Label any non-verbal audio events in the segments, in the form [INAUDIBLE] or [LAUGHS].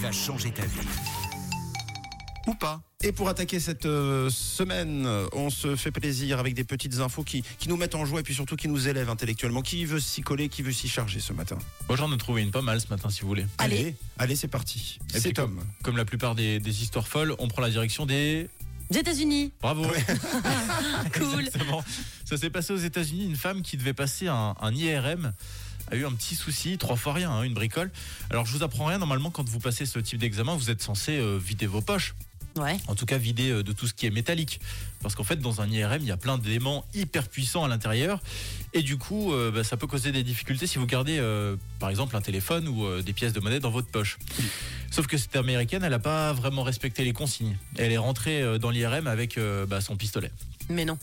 va changer ta vie. Ou pas. Et pour attaquer cette euh, semaine, on se fait plaisir avec des petites infos qui, qui nous mettent en joie et puis surtout qui nous élèvent intellectuellement. Qui veut s'y coller, qui veut s'y charger ce matin Moi, j'en ai trouvé une pas mal ce matin, si vous voulez. Allez, allez, c'est parti. Et C'est puis, Tom. Comme, comme la plupart des, des histoires folles, on prend la direction des. Des États-Unis. Bravo [LAUGHS] Cool. Exactement. Ça s'est passé aux États-Unis. Une femme qui devait passer un, un IRM a eu un petit souci, trois fois rien, hein, une bricole. Alors, je vous apprends rien. Normalement, quand vous passez ce type d'examen, vous êtes censé euh, vider vos poches. Ouais. En tout cas, vider euh, de tout ce qui est métallique. Parce qu'en fait, dans un IRM, il y a plein d'éléments hyper puissants à l'intérieur. Et du coup, euh, bah, ça peut causer des difficultés si vous gardez, euh, par exemple, un téléphone ou euh, des pièces de monnaie dans votre poche. Sauf que cette américaine, elle n'a pas vraiment respecté les consignes. Elle est rentrée euh, dans l'IRM avec euh, bah, son pistolet. Mais non.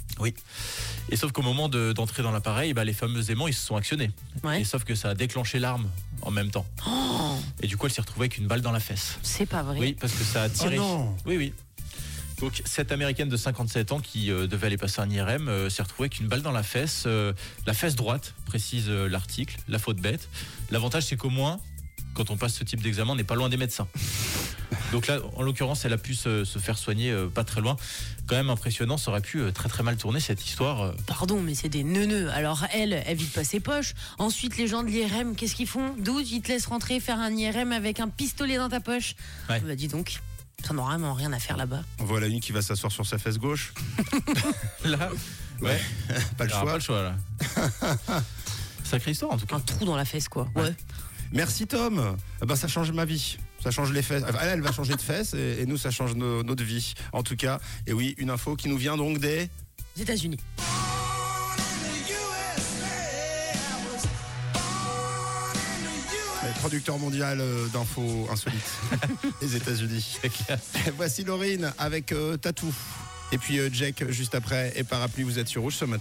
Et sauf qu'au moment de- d'entrer dans l'appareil, bah, les fameux aimants, ils se sont actionnés. Ouais. Et sauf que ça a déclenché l'arme en même temps. Oh, Et du coup, elle s'est retrouvée avec une balle dans la fesse. c'est pas vrai. Oui, parce que ça a tiré. oh non Oui, oui. Donc, cette américaine de 57 ans qui euh, devait aller passer un IRM euh, s'est retrouvée avec une balle dans la fesse. euh, la fesse droite, précise euh, l'article, la faute bête. L'avantage, c'est qu'au moins, quand on passe ce type d'examen, on n'est pas loin [LAUGHS] des médecins. Donc là, en l'occurrence, elle a pu se, se faire soigner euh, pas très loin. Quand même impressionnant, ça aurait pu euh, très très mal tourner cette histoire. euh. Pardon, mais c'est des neuneux. Alors, elle, elle vide pas ses poches. Ensuite, les gens de l'IRM, qu'est-ce qu'ils font 12, ils te laissent rentrer faire un IRM avec un pistolet dans ta poche. Ouais. Bah, dis donc, ça n'a vraiment rien à faire là-bas. Voilà une qui va s'asseoir sur sa fesse gauche. Là, ouais, Pas le elle aura choix. Ah, pas le choix [LAUGHS] là. Sacrée histoire en tout cas. Un trou dans la fesse, quoi. Ouais. Merci Tom. Eh ben, ça change ma vie. Ça change les fesses. Enfin, elle, elle va changer de fesses et, et nous, ça change nos- notre vie. En tout cas, et oui, une info qui nous vient donc des... Aux États-Unis. Eh, Producteur mondial euh, d'infos insolites, les États-Unis. [LAUGHS] Voici Laurine avec euh, Tatou. Et puis euh, Jack juste après et Parapluie, vous êtes sur Rouge ce matin.